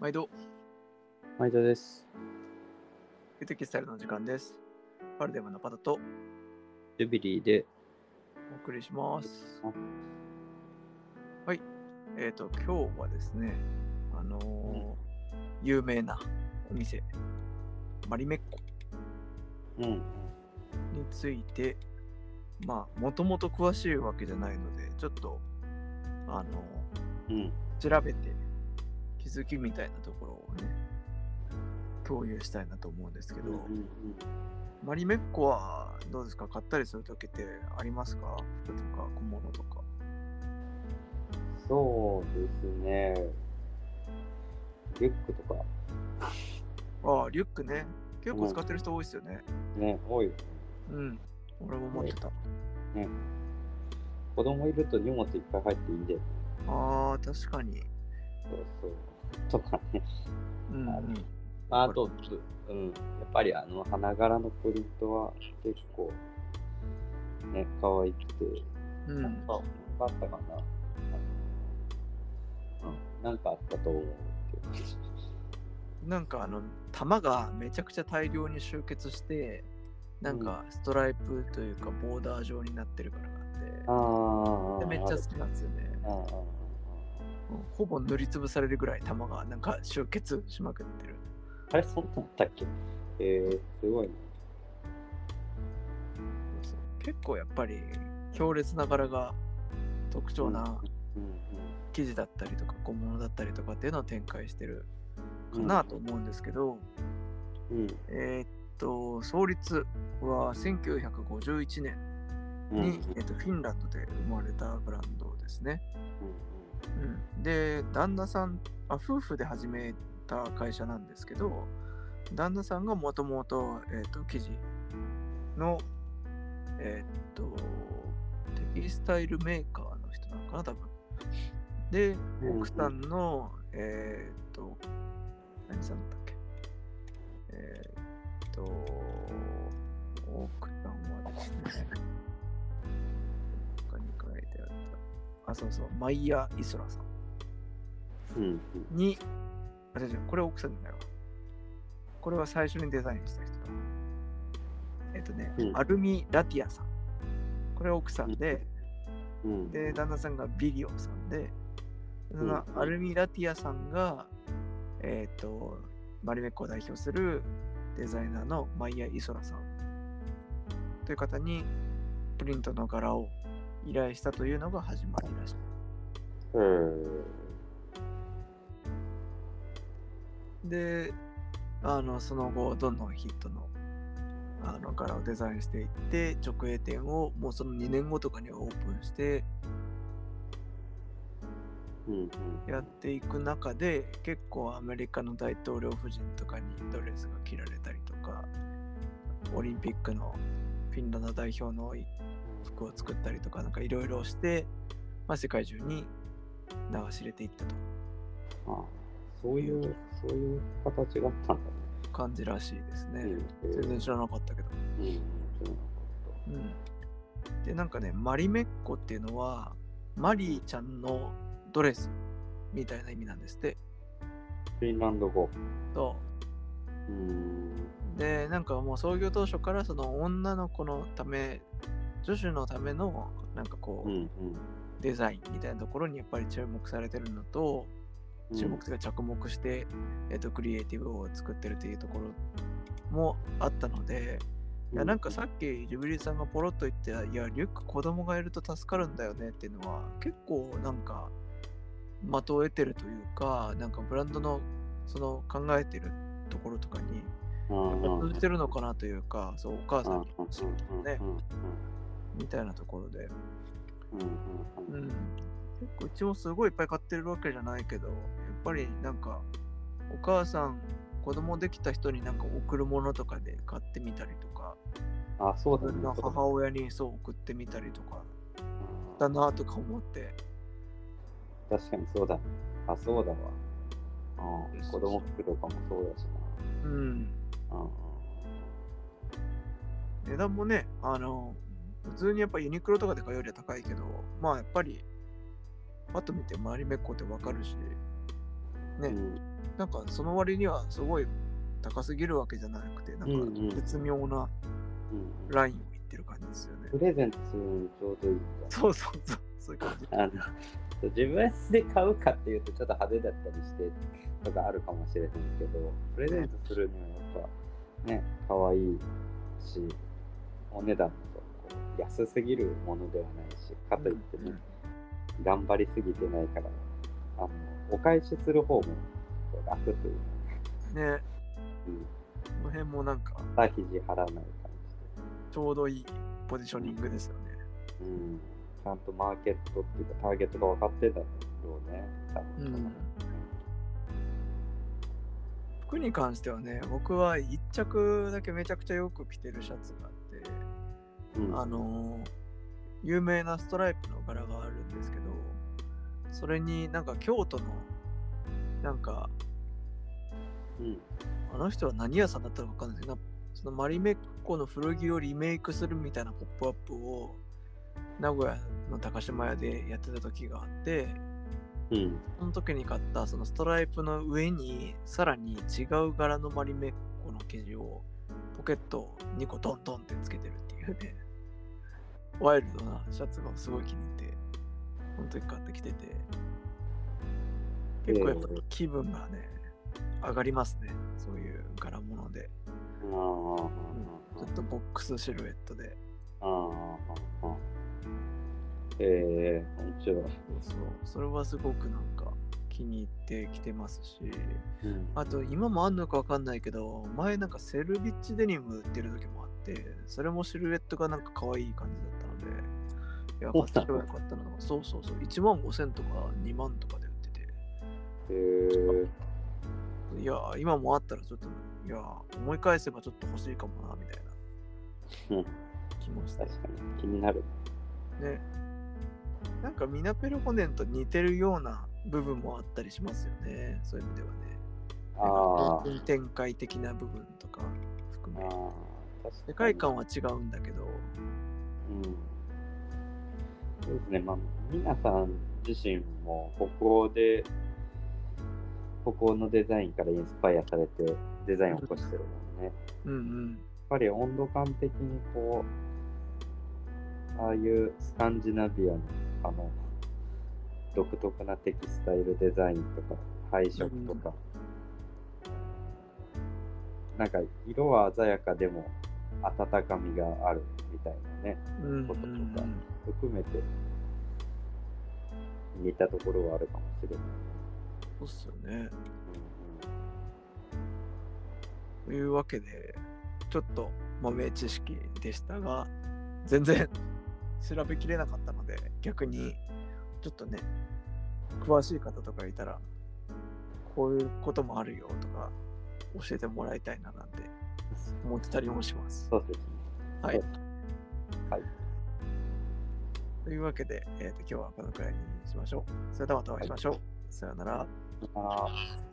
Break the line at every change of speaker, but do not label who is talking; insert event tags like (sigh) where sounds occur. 毎度、
毎度です。
フィトキスタイルの時間です。パルデムのパタと
ジュビリーで、
お送りします。はい。えっ、と、今日はですね、あのー有名なお店、マリメッコ
うん、
について、まあ、もともと詳しいわけじゃないので、ちょっと、あの
うん、
ー調べて、気づきみたいなところをね、共有したいなと思うんですけど、マリメッコはどうですか買ったりするときってありますか服とか小物とか。
そうですね。リュックとか、
ああ、リュックね。結構使ってる人多いですよね。
ね、多いよね。
うん。俺も持ってた。
子供いると荷物いっぱい入っていいんだよね。
ああ、確かに。
そうそう。とか (laughs) ね。
うん、う
あ
ん。
あと、うん、やっぱりあの花柄のプリントは結構、ね、可愛くて、
う
なん
ん。
か、あったかな。あのうん、なんかあったと思うっていう感 (laughs) じ。
なんかあの、玉がめちゃくちゃ大量に集結して、なんかストライプというかボーダー状になってるからがあ
あ
って、でめっちゃ好
好
きなんですよね。
ああ、ああ、ああ。
うんほぼ塗りつぶされるぐらい玉がなんか集結しまくってる。
あれ、そんなんあったっけえー、すごいな。
結構やっぱり強烈な柄が特徴な、
うん
生地だったりとか小物だったりとかっていうのを展開してる
う
か
ん。
なと思うんですけど、
うん。
えーっと創立は1951年
うん。
に、
うん。
えーっとフィンランドで生まれたブランドですね、うん、で旦那さんあ夫婦で始めた会社なんですけど旦那さんがもともと生地のえーっとテキスタイルメーカーの人なのかな多分で
うんうん
奥さんの、えーっと、何さんだったっけえーっと、奥さんはですね、
(laughs)
他に書いてあった、あ、そうそう、マイヤ・イソラさ
うん。うん。
んに、あ、違う違う、これは奥さんじゃないわ。これは最初にデザインした人だ。えーっとね、
うん
アルミ・ラティアさん。これは奥さんで、
うん。
で、旦那さんがビリオさんで、そ
ん
のアルミラティアさんが、えっ、と、マリメッコを代表するデザイナーのマイヤ・イソラさんという方にプリントの柄を依頼したというのが始まりらしい。
へー
で、あの、その後、どんどんヒットのあの柄をデザインしていって、直営店をもうその2年後とかにはオープンして、
うん。うん。
やっていく中で結構アメリカの大統領夫人とかにドレスが着られたりとかオリンピックのフィンランド代表の服を作ったりとかなんかいろいろして、まあ、世界中に流し入れていったと
ああ、そういう、そういう形があったん
感じらしいです
だ
ね、
ね。うん。
全然知らなかったけど、
うん。うん。
うん、でなんかねマリメッコっていうのはマリーちゃんのドレスみたいな意味なんですって
フィンランド語。
と
うん。
でなんかもう創業当初からその女の子のため女子のためのなんかこ
う
う、
ん。
デザインみたいなところにやっぱり注目されてるのと
うん。
注目というか着目して、えっとクリエイティブを作ってるっていうところもあったので、
う
いやなんか、さっきジュビリーさんがポロッと言ってたいやリュック子供がいると助かるんだよねっていうのは結構なんか的を得てるというかなんかブランドのその考えてるところとかに
うん。うん。うん。うん。
通じてるのかなというか、そう、お母さんに話
うん。
ねみたいなところで、
うん。
う
う
ん、
ん
結構うちもすごいいっぱい買ってるわけじゃないけど、やっぱりなんか、お母さん、子供できた人になんか贈るものとかで買ってみたりとか、
あ、そう
自
だ
分。
ね
の
そうだね
母親にそう送ってみたりとかだなとか思って、
確かにそうだね。あ、そうだわ。あ
そう
あ
そう
子供服とかもそうだし
うん、
な。あ
値段もね、あの、普通にやっぱユニクロとかで買うよりは高いけど、まあやっぱり、パッと見て周りめっこってわかるし、
あ
ね
うん
なんかその割にはすごい高すぎるわけじゃなくて、な
うんんう
か
ん
絶妙な
うん
ラインをいってる感じですよね。
プレゼントするのにちょうどいいみたい
そうそうそう、そういう感じ。
な。あのそう自分で買うかっていうとちょっと派手だったりしてとかあるかもしれないけど、プレゼントするにはやっぱね、可愛いし、お値段もこう安すぎるものではないし、かといってね、頑張りすぎてないから、あのお返しする方もこう楽というか、
うんね、
うん、
この辺もなんか
肩肘張らない感
ちょうどいいポジショニングですよね。
じで、うん、ちゃんとマーケットっていうかターゲットが分かってたんだろうね、多
う
分。
ん。服に関してはね、僕は一着だけめちゃくちゃよく着てるシャツがあって、
うん
あのー有名なストライプの柄があるんですけどそれになんか京都のなんか
うん
あの人は何屋さんだったのか分かんないけどなそのマリメッコの古着をリメイクするみたいなポップアップを名古屋の高島屋でやってた時があって
うん
その時に買ったそのストライプの上にさらに違う柄のマリメッコの生地をポケット2個トントンってつけてるっていうねワイルドなシャツがすごい気に入ってこの時買ってきてて結構やっぱ気分がね上がりますねそういう柄物で
あー
ちょっとボックスシルエットで
あーあーええ面白い。
そうそれはすごくなんか気に入ってきてますし
うん
あと今もあんのかわかんないけど前なんかセルビッチデニム売ってる時もあってそれもシルエットがなんか可愛い感じだったのでいや買
そう
った
なの
らよかったなそうそうそう1万5000とか2万とかで売ってて
えー
いやー今もあったらちょっといやー思い返せばちょっと欲しいかもなみたい
うん
な気もして
確かに気になる。
ねなんかミナペルホネンと似てるような部分もあったりしますよねそういう意味ではね
あー
展開的な部分とか含
あ
め
ー、確かに
世界観は違うんだけど、
うんそうですね、まあ、皆さん自身も北欧で、北欧のデザインからインスパイアされてデザインを起こしてるもんね。やっ
うんうん、
ぱり温度感的にこう、ああいうスカンジナビアのあの独特なテキスタイルデザインとか配色とか、なんか色は鮮やかでも温かみがあるみたいなね。
うんうん
ことと
う
か
ん
含めて似たところはあるかもしれないね。
そうっすよね。というわけで、ちょっと豆知識でしたが、全然 (laughs) 調べきれなかったので、逆にちょっとね、詳しい方とかいたら、こういうこともあるよとか教えてもらいたいななんて思ってたりもします。
そうですね。
はい。
はい
というわけで、えーと今日はこのくらいにしましょう。それではまたお会いしましょう。さようなら。
あー